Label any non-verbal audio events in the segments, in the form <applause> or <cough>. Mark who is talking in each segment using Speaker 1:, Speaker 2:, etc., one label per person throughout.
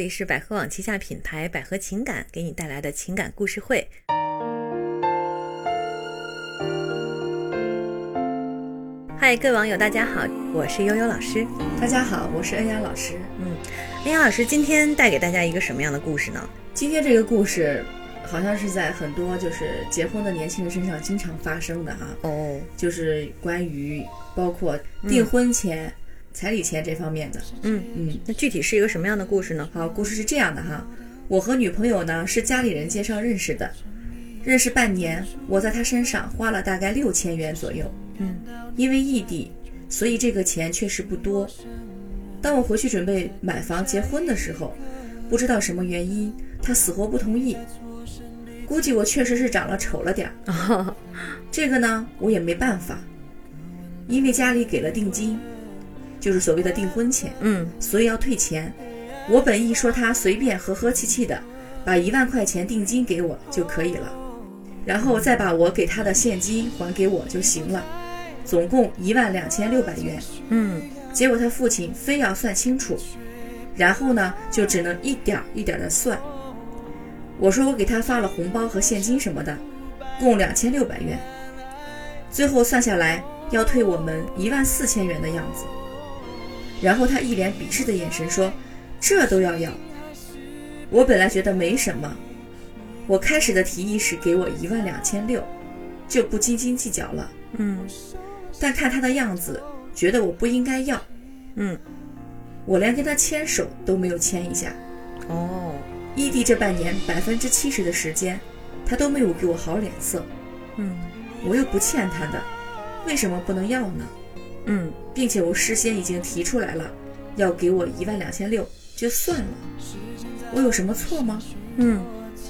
Speaker 1: 这里是百合网旗下品牌百合情感给你带来的情感故事会。嗨，各位网友，大家好，我是悠悠老师。
Speaker 2: 大家好，我是恩雅老师。
Speaker 1: 嗯，恩雅老师今天带给大家一个什么样的故事呢？
Speaker 2: 今天这个故事好像是在很多就是结婚的年轻人身上经常发生的哈、
Speaker 1: 哦，
Speaker 2: 就是关于包括订婚前、彩礼钱这方面的。
Speaker 1: 嗯
Speaker 2: 嗯，
Speaker 1: 那具体是一个什么样的故事呢？
Speaker 2: 好，故事是这样的哈，我和女朋友呢是家里人介绍认识的，认识半年，我在她身上花了大概六千元左右。
Speaker 1: 嗯，
Speaker 2: 因为异地，所以这个钱确实不多。当我回去准备买房结婚的时候，不知道什么原因，她死活不同意。估计我确实是长了丑了点儿，
Speaker 1: <laughs> 哦，
Speaker 2: 这个呢我也没办法，因为家里给了定金，就是所谓的订婚钱。
Speaker 1: 嗯
Speaker 2: 所以要退钱。我本意说他随便和和气气的把一万块钱定金给我就可以了，然后再把我给他的现金还给我就行了，总共一万两千六百元。
Speaker 1: 嗯
Speaker 2: 结果他父亲非要算清楚，然后呢就只能一点儿一点的算。我说我给他发了红包和现金什么的，共两千六百元，最后算下来要退我们一万四千元的样子。然后他一脸鄙视的眼神说：“这都要要？”我本来觉得没什么，我开始的提议是给我一万两千六，就不斤斤计较了。
Speaker 1: 嗯
Speaker 2: 但看他的样子，觉得我不应该要，
Speaker 1: 嗯，
Speaker 2: 我连跟他牵手都没有牵一下。
Speaker 1: 哦，
Speaker 2: 异地这半年，百分之七十的时间，他都没有给我好脸色，
Speaker 1: 嗯
Speaker 2: 我又不欠他的，为什么不能要呢？
Speaker 1: 嗯
Speaker 2: 并且我事先已经提出来了，要给我一万两千六，就算了，我有什么错吗？
Speaker 1: 嗯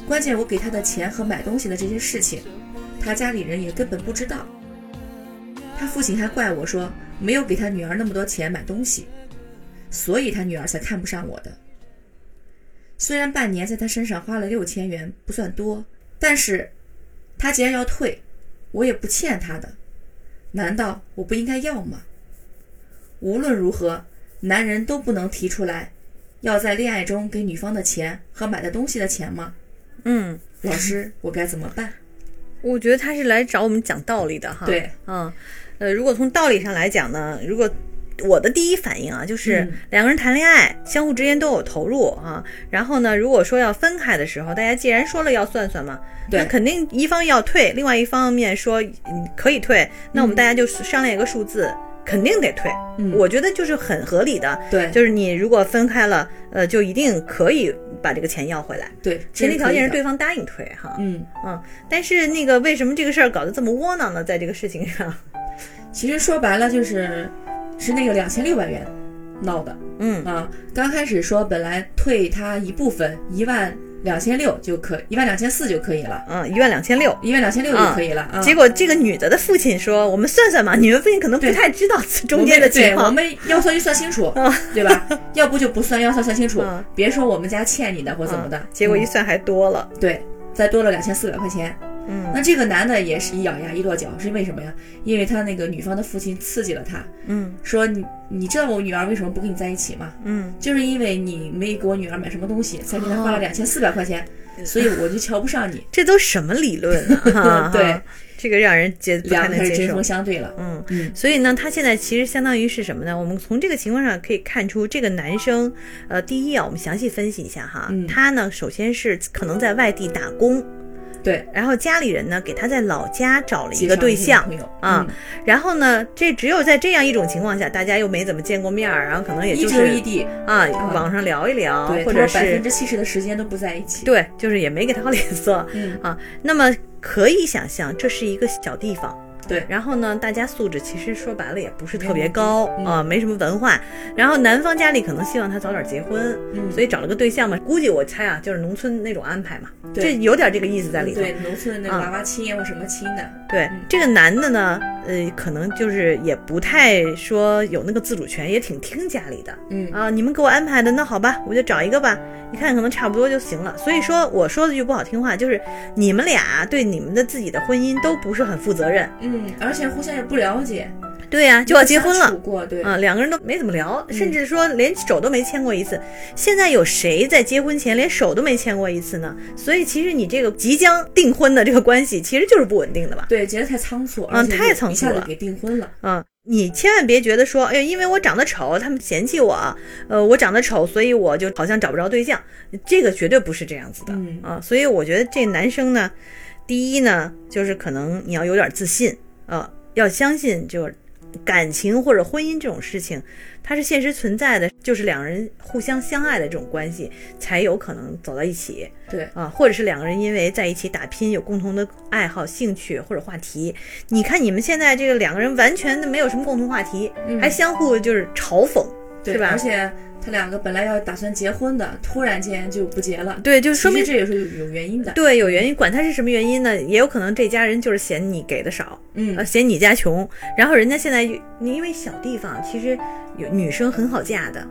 Speaker 2: 关键我给他的钱和买东西的这些事情，他家里人也根本不知道。他父亲还怪我说没有给他女儿那么多钱买东西，所以他女儿才看不上我的。虽然半年在他身上花了六千元不算多，但是他既然要退，我也不欠他的，难道我不应该要吗？无论如何，男人都不能提出来要在恋爱中给女方的钱和买的东西的钱吗？
Speaker 1: 嗯，
Speaker 2: 老师，我该怎么办？
Speaker 1: 我觉得他是来找我们讲道理的哈。
Speaker 2: 对，
Speaker 1: 嗯，呃，如果从道理上来讲呢，如果我的第一反应啊，就是
Speaker 2: 嗯
Speaker 1: 两个人谈恋爱，相互之间都有投入啊。然后呢，如果说要分开的时候，大家既然说了要算算嘛，
Speaker 2: 对
Speaker 1: 那肯定一方要退，另外一方面说嗯可以退，那我们大家就商量一个数字，肯定得退。
Speaker 2: 嗯
Speaker 1: 我觉得就是很合理的，
Speaker 2: 对，
Speaker 1: 就是你如果分开了，呃，就一定可以把这个钱要回来，
Speaker 2: 对，
Speaker 1: 前提条件是
Speaker 2: 这
Speaker 1: 对
Speaker 2: 是
Speaker 1: 方答应退哈。
Speaker 2: 可以的。嗯，
Speaker 1: 嗯，但是那个为什么这个事儿搞得这么窝囊呢？在这个事情上，
Speaker 2: 其实说白了就是，是那个两千六百元闹的
Speaker 1: 嗯
Speaker 2: 啊。刚开始说本来退他一部分，一万两千六就可，一万两千四就可以了，
Speaker 1: 嗯，一万两千六。
Speaker 2: 一万两千六就可以了啊。
Speaker 1: 结果这个女的的父亲说：“我们算算吧，你们父亲可能不
Speaker 2: 对
Speaker 1: 太知道此中间的情
Speaker 2: 我
Speaker 1: 况。啊
Speaker 2: 们对我们要算就算清
Speaker 1: <laughs>
Speaker 2: 楚，对吧？要不就不算，要算算清楚
Speaker 1: 嗯，
Speaker 2: 别说我们家欠你的或怎么的
Speaker 1: 嗯。结果一
Speaker 2: 嗯
Speaker 1: 算还多了。
Speaker 2: 对，再多了两千四百块钱。
Speaker 1: 嗯
Speaker 2: 那这个男的也是一咬牙一跺脚，是为什么呀？因为他那个女方的父亲刺激了他，
Speaker 1: 嗯
Speaker 2: 说你你知道我女儿为什么不跟你在一起吗？
Speaker 1: 嗯。
Speaker 2: 就是因为你没给我女儿买什么东西，才给她花了两千四百块钱，所以我就瞧不上你？
Speaker 1: 这都什么理论啊
Speaker 2: <laughs> 对
Speaker 1: 哈，这个让人 <laughs> 接不太
Speaker 2: 两个
Speaker 1: 能
Speaker 2: 开始
Speaker 1: 接
Speaker 2: 针
Speaker 1: 受
Speaker 2: 锋。相对了。
Speaker 1: 嗯，
Speaker 2: 嗯，
Speaker 1: 所以呢，他现在其实相当于是什么呢？我们从这个情况上可以看出，这个男生，呃，第一啊，我们详细分析一下哈，
Speaker 2: 嗯
Speaker 1: 他呢，首先是可能在外地打工，
Speaker 2: 对，
Speaker 1: 然后家里人呢给他在老家找了一
Speaker 2: 介
Speaker 1: 个
Speaker 2: 绍
Speaker 1: 对
Speaker 2: 女
Speaker 1: 象
Speaker 2: 朋，友
Speaker 1: 啊，然后呢，这只有在这样一种情况下，大家又没怎么见过面儿，然后可能也
Speaker 2: 嗯
Speaker 1: 就
Speaker 2: 一周一
Speaker 1: 是
Speaker 2: 地，
Speaker 1: 啊，网上聊一聊，
Speaker 2: 对，
Speaker 1: 或者
Speaker 2: 百分
Speaker 1: 是
Speaker 2: 之七十的时间都不在一起。
Speaker 1: 对，就是也没给他好脸色
Speaker 2: 嗯，
Speaker 1: 啊。那么可以想象，这是一个小地方。
Speaker 2: 对
Speaker 1: 然后呢，大家素质其实说白了也不是特别高
Speaker 2: 没那么高
Speaker 1: 啊，没什么文化。然后男方家里可能希望他早点结婚，
Speaker 2: 嗯
Speaker 1: 所以找了个对象嘛。估计我猜啊，就是农村那种安排嘛，
Speaker 2: 对
Speaker 1: 这有点这个意思在里头。
Speaker 2: 嗯
Speaker 1: 啊
Speaker 2: 对，农村的那个娃娃亲或什么亲的，
Speaker 1: 对
Speaker 2: 嗯
Speaker 1: 这个男的呢，呃，可能就是也不太说有那个自主权，也挺听家里的
Speaker 2: 嗯，
Speaker 1: 啊。你们给我安排的，那好吧，我就找一个吧。你看，可能差不多就行了。所以说，我说了句不好听话，就是你们俩对你们的自己的婚姻都不是很负责任。
Speaker 2: 嗯，而且互相也不了解，
Speaker 1: 对呀、就要结婚
Speaker 2: 相
Speaker 1: 了
Speaker 2: 处。过对，嗯
Speaker 1: 啊，两个人都没怎么聊，甚至说连手都没牵过一次。现在有谁在结婚前连手都没牵过一次呢？所以其实你这个即将订婚的这个关系，其实就是不稳定的吧？
Speaker 2: 对，觉得太仓促，
Speaker 1: 嗯
Speaker 2: 而且
Speaker 1: 太
Speaker 2: 就
Speaker 1: 仓
Speaker 2: 一
Speaker 1: 促
Speaker 2: 下就
Speaker 1: 了
Speaker 2: 给订婚了。
Speaker 1: 嗯，你千万别觉得说，哎呀，因为我长得丑，他们嫌弃我，呃，我长得丑，所以我就好像找不着对象，这个绝对不是这样子的、
Speaker 2: 嗯
Speaker 1: 啊。所以我觉得这男生呢，第一呢，就是可能你要有点自信啊，要相信就是感情或者婚姻这种事情，它是现实存在的，就是两人互相相爱的这种关系才有可能走到一起。
Speaker 2: 对，
Speaker 1: 啊，或者是两个人因为在一起打拼，有共同的爱好、兴趣或者话题。你看你们现在这个两个人完全没有什么共同话题，
Speaker 2: 嗯
Speaker 1: 还相互就是嘲讽，
Speaker 2: 对
Speaker 1: 是吧
Speaker 2: 而且他两个本来要打算结婚的，突然间就不结了，
Speaker 1: 对，就
Speaker 2: 其
Speaker 1: 说
Speaker 2: 实
Speaker 1: 明
Speaker 2: 这也是有有原因的。
Speaker 1: 对有原因，管他是什么原因呢，也有可能这家人就是嫌你给的少，呃，
Speaker 2: 嗯，
Speaker 1: 嫌你家穷，然后人家现在你因为小地方，其实有女生很好嫁的。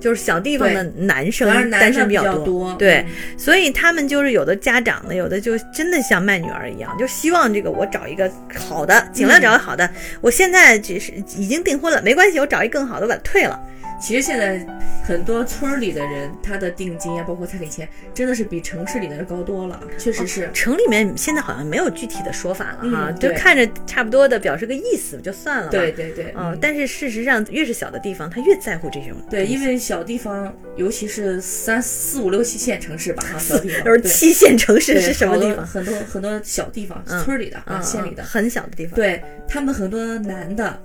Speaker 1: 就是小地方的男生
Speaker 2: 反而男
Speaker 1: 单
Speaker 2: 的
Speaker 1: 身
Speaker 2: 比
Speaker 1: 比
Speaker 2: 较
Speaker 1: 较
Speaker 2: 多，
Speaker 1: 对
Speaker 2: 嗯，，
Speaker 1: 所以他们就是有的家长呢，有的就真的像卖女儿一样，就希望这个我找一个好的，尽量找一个好的。
Speaker 2: 嗯
Speaker 1: 我现在只是已经订婚了，没关系，我找一更好的，我把它退了。
Speaker 2: 其实现在很多村儿里的人，他的定金啊，包括彩礼钱，真的是比城市里的人高多了，确实是。
Speaker 1: 城里面现在好像没有具体的说法了哈，
Speaker 2: 嗯
Speaker 1: 就
Speaker 2: 对
Speaker 1: 看着差不多的表示个意思就算了嘛。
Speaker 2: 对，对对，
Speaker 1: 嗯、
Speaker 2: 嗯
Speaker 1: 但是事实上，越是小的地方，他越在乎这种东西。
Speaker 2: 对，因为小地方，尤其是三四五六七线城市吧，啊，小地
Speaker 1: <laughs>
Speaker 2: 方，
Speaker 1: 而
Speaker 2: 对
Speaker 1: 七线城市
Speaker 2: 对
Speaker 1: 是什么
Speaker 2: 好多
Speaker 1: 地方？
Speaker 2: 很多很多小地方，
Speaker 1: 嗯
Speaker 2: 村儿里的啊，
Speaker 1: 嗯
Speaker 2: 县里的
Speaker 1: 嗯，很小的地方。
Speaker 2: 对他们很多男的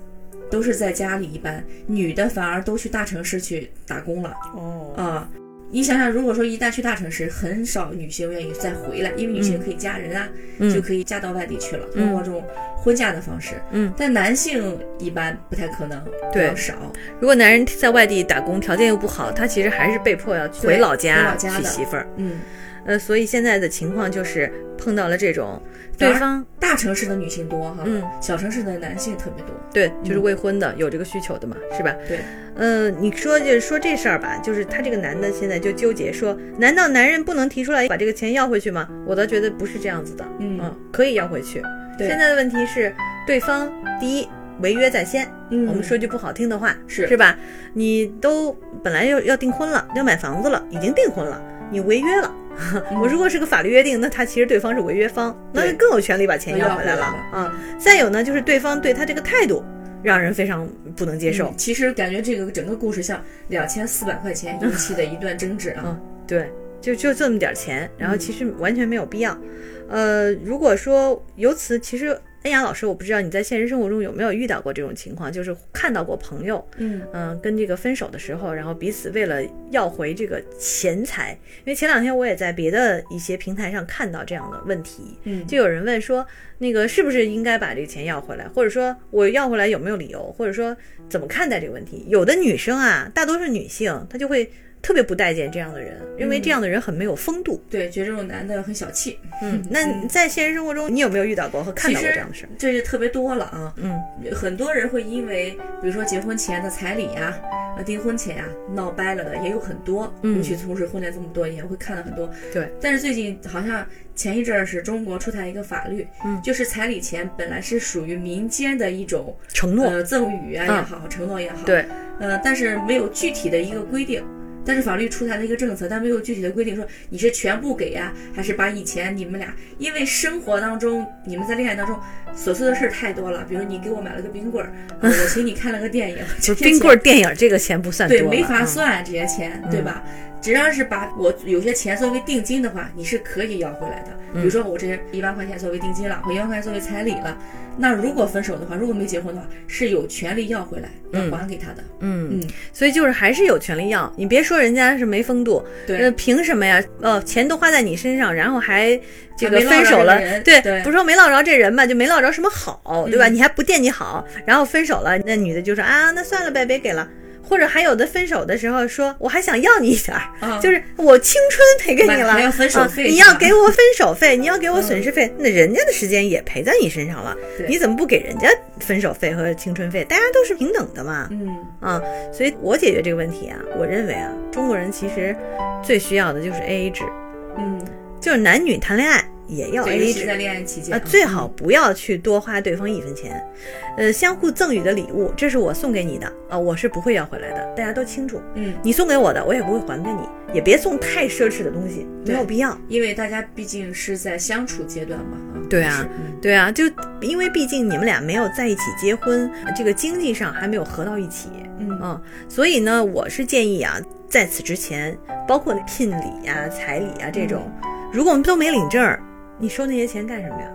Speaker 2: 都是在家里一般，女的反而都去大城市去打工了
Speaker 1: 哦
Speaker 2: 啊。你想想，如果说一旦去大城市，很少女性愿意再回来，因为女性可以嫁人啊，就
Speaker 1: 嗯
Speaker 2: 可以嫁到外地去了，
Speaker 1: 嗯
Speaker 2: 通过这种婚嫁的方式。
Speaker 1: 嗯，
Speaker 2: 但男性一般不太可能，比
Speaker 1: 对
Speaker 2: 较少。
Speaker 1: 如果男人在外地打工，条件又不好，他其实还是被迫要
Speaker 2: 对
Speaker 1: 回老
Speaker 2: 回
Speaker 1: 家
Speaker 2: 老家
Speaker 1: 娶
Speaker 2: 的
Speaker 1: 媳妇儿。
Speaker 2: 嗯，
Speaker 1: 呃，所以现在的情况就是碰到了这种
Speaker 2: 反
Speaker 1: 对
Speaker 2: 而
Speaker 1: 方，
Speaker 2: 大城市的女性多哈，
Speaker 1: 嗯，
Speaker 2: 小城市的男性特别多。
Speaker 1: 对，就是
Speaker 2: 嗯
Speaker 1: 未婚的、有这个需求的嘛，是吧？
Speaker 2: 对，
Speaker 1: 呃，你说就是说这事儿吧，就是他这个男的现在就纠结说，难道男人不能提出来把这个钱要回去吗？我倒觉得不是这样子的，
Speaker 2: 嗯
Speaker 1: 可以要回去。
Speaker 2: 对，
Speaker 1: 现在的问题是，对方第一违约在先，
Speaker 2: 嗯
Speaker 1: 我们说句不好听的话，
Speaker 2: 是
Speaker 1: 是吧？你都本来要要订婚了，要买房子了，已经订婚了，你违约了。我
Speaker 2: 嗯
Speaker 1: 如果是个法律约定，那他其实嗯对方是违约方，那
Speaker 2: 对
Speaker 1: 更有权利把钱
Speaker 2: 要
Speaker 1: 要回来了
Speaker 2: 回来
Speaker 1: 啊。再有呢，就是对方对他这个态度，让人非常不能接受
Speaker 2: 嗯。其实感觉这个整个故事像两千四百块钱引起的一段争执啊。
Speaker 1: 对，就就这么点儿钱，然后其实完全没有必要。呃，如果说由此，其实恩雅老师，我不知道你在现实生活中有没有遇到过这种情况，就是看到过朋友，
Speaker 2: 嗯，
Speaker 1: 嗯、跟这个分手的时候，然后彼此为了要回这个钱财，因为前两天我也在别的一些平台上看到这样的问题，
Speaker 2: 嗯
Speaker 1: 就有人问说，那个是不是应该把这个钱要回来，或者说我要回来有没有理由，或者说怎么看待这个问题？有的女生啊，大多数女性她就会特别不待见这样的人，认为这样的人很没有风度。
Speaker 2: 对，觉得这种男的很小气，
Speaker 1: 嗯，那你在现实生活中，你有没有遇到过和看到过这样的事儿？
Speaker 2: 这就特别多了啊。
Speaker 1: 嗯，
Speaker 2: 很多人会因为，比如说结婚前的彩礼呀、啊、订婚前呀、闹掰了的也有很多。
Speaker 1: 嗯
Speaker 2: 尤其从事婚恋这么多年，会看到很多。
Speaker 1: 对。
Speaker 2: 但是最近好像前一阵儿是中国出台一个法律，
Speaker 1: 嗯
Speaker 2: 就是彩礼钱本来是属于民间的一种
Speaker 1: 承诺，嗯
Speaker 2: 呃赠与啊也好，承诺也好，
Speaker 1: 对，
Speaker 2: 呃，但是没有具体的一个规定。但是法律出台了一个政策，但没有具体的规定说你是全部给呀、还是把以前你们俩因为生活当中你们在恋爱当中琐碎的事儿太多了，比如你给我买了个冰棍儿，呃我请你看了个电影， <laughs>
Speaker 1: 就是
Speaker 2: 这些
Speaker 1: 冰
Speaker 2: 钱
Speaker 1: 棍儿电影这个钱不算多
Speaker 2: 对
Speaker 1: 了，
Speaker 2: 没法
Speaker 1: 嗯
Speaker 2: 算这些钱，对吧？只要是把我有些钱作为定金的话，你是可以要回来的。比
Speaker 1: 嗯
Speaker 2: 如说我这一万块钱作为定金了，我一万块钱作为彩礼了，那如果分手的话，如果没结婚的话，是有权利要回来，要
Speaker 1: 嗯
Speaker 2: 还给他的。
Speaker 1: 嗯
Speaker 2: 嗯，
Speaker 1: 所以就是还是有权利要，你别说人家是没风度，
Speaker 2: 对
Speaker 1: 呃，凭什么呀？呃，钱都花在你身上，然后还这个
Speaker 2: 啊还没
Speaker 1: 分手
Speaker 2: 落着
Speaker 1: 了
Speaker 2: 这人，
Speaker 1: 对，
Speaker 2: 对嗯
Speaker 1: 不是说没落着这人吧，就没落着什么好，对吧？你还不惦记好，然后分手了，那女的就说啊，那算了呗，别给了。或者还有的分手的时候说，我还想要你一点儿，<laughs>
Speaker 2: 啊
Speaker 1: 就是我青春赔给你了，
Speaker 2: 还要分手费
Speaker 1: 啊，
Speaker 2: 是吧嗯
Speaker 1: 你要给我分手费，你要给我损失费，那人家的时间也赔在你身上了，
Speaker 2: 对
Speaker 1: 你怎么不给人家分手费和青春费？大家都是平等的嘛，
Speaker 2: 嗯，
Speaker 1: 啊，所以我解决这个问题啊，我认为啊，中国人其实最需要的就是 AA 制，
Speaker 2: 嗯，
Speaker 1: 就是男女谈恋爱也要
Speaker 2: 对，尤
Speaker 1: AA
Speaker 2: 其
Speaker 1: 制
Speaker 2: 在嗯恋爱期间
Speaker 1: 啊，最好不要去多花对方一分钱。呃，相互赠予的礼物，这是我送给你的啊，我是不会要回来的，大家都清楚。
Speaker 2: 嗯，
Speaker 1: 你送给我的，我也不会还给你，也别送太奢侈的东西，没
Speaker 2: 对
Speaker 1: 有必要。
Speaker 2: 因为大家毕竟是在相处阶段嘛，啊，
Speaker 1: 对啊
Speaker 2: 就是，嗯
Speaker 1: 对啊，就因为毕竟你们俩没有在一起结婚，这个经济上还没有合到一起，
Speaker 2: 嗯
Speaker 1: 嗯，所以呢，我是建议啊，在此之前，包括那聘礼啊、彩礼啊这种，
Speaker 2: 嗯
Speaker 1: 如果我们都没领证儿，你收那些钱干什么呀？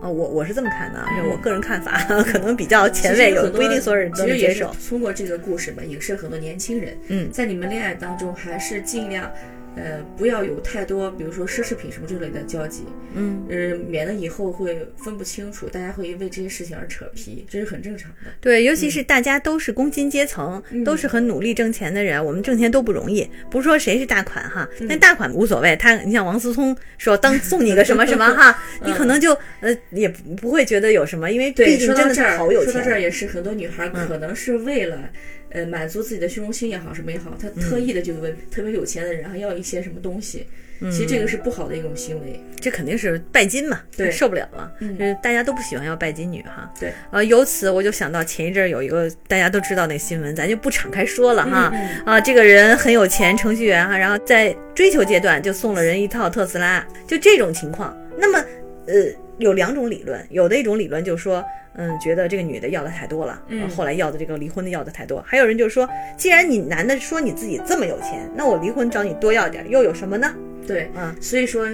Speaker 1: 啊、我我是这么看的啊，这
Speaker 2: 嗯
Speaker 1: 我个人看法 <laughs> 可能比较前
Speaker 2: 其
Speaker 1: 卫，
Speaker 2: 实有
Speaker 1: 有
Speaker 2: 很多
Speaker 1: 不一定所有人都
Speaker 2: 其
Speaker 1: 能
Speaker 2: 实也
Speaker 1: 接
Speaker 2: 是
Speaker 1: 受。
Speaker 2: 通过这个故事吧，影射很多年轻人，
Speaker 1: 嗯
Speaker 2: 在你们恋爱当中还是尽量，呃，不要有太多，比如说奢侈品什么之类的交集，
Speaker 1: 嗯，
Speaker 2: 呃，免得以后会分不清楚，大家会因为这些事情而扯皮，这是很正常的。
Speaker 1: 对，尤其是大家都是工薪阶层，
Speaker 2: 嗯
Speaker 1: 都是很努力挣钱的人，我们挣钱都不容易，不是说谁是大款哈，
Speaker 2: 嗯
Speaker 1: 但大款无所谓。他，你像王思聪说当送你个什么什么哈，你可能就呃也不不会觉得有什么，因为
Speaker 2: 嗯对，
Speaker 1: 毕竟
Speaker 2: 说
Speaker 1: 真
Speaker 2: 到
Speaker 1: 的
Speaker 2: 这
Speaker 1: 是
Speaker 2: 儿，
Speaker 1: 好有
Speaker 2: 说到这
Speaker 1: 钱啊嗯
Speaker 2: 儿。也是很多女孩可能是为了。呃，满足自己的虚荣心也好，什么也好，她
Speaker 1: 嗯
Speaker 2: 特意的就问特别有钱的人，还要一些什么东西，
Speaker 1: 嗯
Speaker 2: 其实这个是不好的一种行为。
Speaker 1: 这肯定是拜金嘛，
Speaker 2: 嗯对
Speaker 1: 受不了了。
Speaker 2: 嗯
Speaker 1: 就是大家都不喜欢要拜金女哈。
Speaker 2: 对，
Speaker 1: 呃，由此我就想到前一阵儿有一个大家都知道那新闻，咱就不敞开说了哈。
Speaker 2: 嗯
Speaker 1: 啊，这个人很有钱，程序员哈，然后在追求阶段就送了人一套特斯拉，就这种情况。那么，呃，有两种理论，有的一种理论就说，嗯，觉得这个女的要的太多了，
Speaker 2: 嗯
Speaker 1: 啊后来要的这个离婚的要的太多。还有人就说，既然你男的说你自己这么有钱，那我离婚找你多要点儿又有什么呢？
Speaker 2: 对，
Speaker 1: 嗯
Speaker 2: 所以说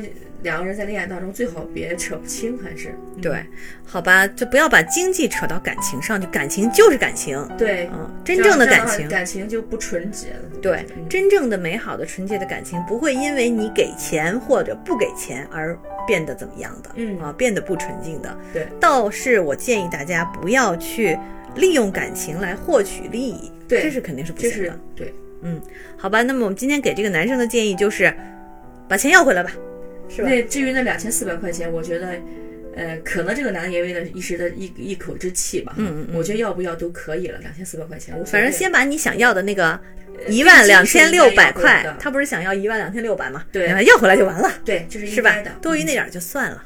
Speaker 2: 两个人在恋爱当中最好别扯不清，还是嗯
Speaker 1: 对，好吧，就不要把经济扯到感情上去，感情就是感情，
Speaker 2: 对，
Speaker 1: 嗯，真正的
Speaker 2: 这样
Speaker 1: 感
Speaker 2: 话
Speaker 1: 情，
Speaker 2: 感情就不纯洁了。
Speaker 1: 对，
Speaker 2: 嗯
Speaker 1: 真正的美好的、纯洁的感情，不会因为你给钱或者不给钱而变得怎么样的，
Speaker 2: 嗯
Speaker 1: 啊，变得不纯净的。
Speaker 2: 对，
Speaker 1: 倒是我建议大家不要去利用感情来获取利益，
Speaker 2: 对
Speaker 1: 这是肯定是不
Speaker 2: 这
Speaker 1: 行
Speaker 2: 是
Speaker 1: 的，
Speaker 2: 对，
Speaker 1: 好吧？那么我们今天给这个男生的建议就是，把钱要回来吧，是吧？
Speaker 2: 那至于那两千四百块钱，我觉得，呃，可能这个男的也为了一时的一一口之气吧，
Speaker 1: 嗯嗯嗯
Speaker 2: 我觉得要不要都可以了，两千四百块钱，无所
Speaker 1: 反
Speaker 2: 谓
Speaker 1: 正先把你想要的那个
Speaker 2: 呃
Speaker 1: 一万两千六百块
Speaker 2: 的，
Speaker 1: 他不是想要一万两千六百吗？
Speaker 2: 对
Speaker 1: 要回来就完了。
Speaker 2: 对，这是应
Speaker 1: 是吧
Speaker 2: 该的，？嗯
Speaker 1: 多余那点儿就算了。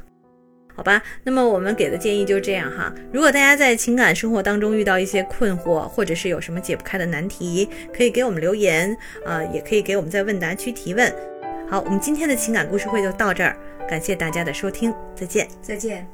Speaker 1: 好吧，那么我们给的建议就是这样哈。如果大家在情感生活当中遇到一些困惑，或者是有什么解不开的难题，可以给我们留言，呃，也可以给我们在问答区提问。好，我们今天的情感故事会就到这儿，感谢大家的收听，再见。
Speaker 2: 嗯再见。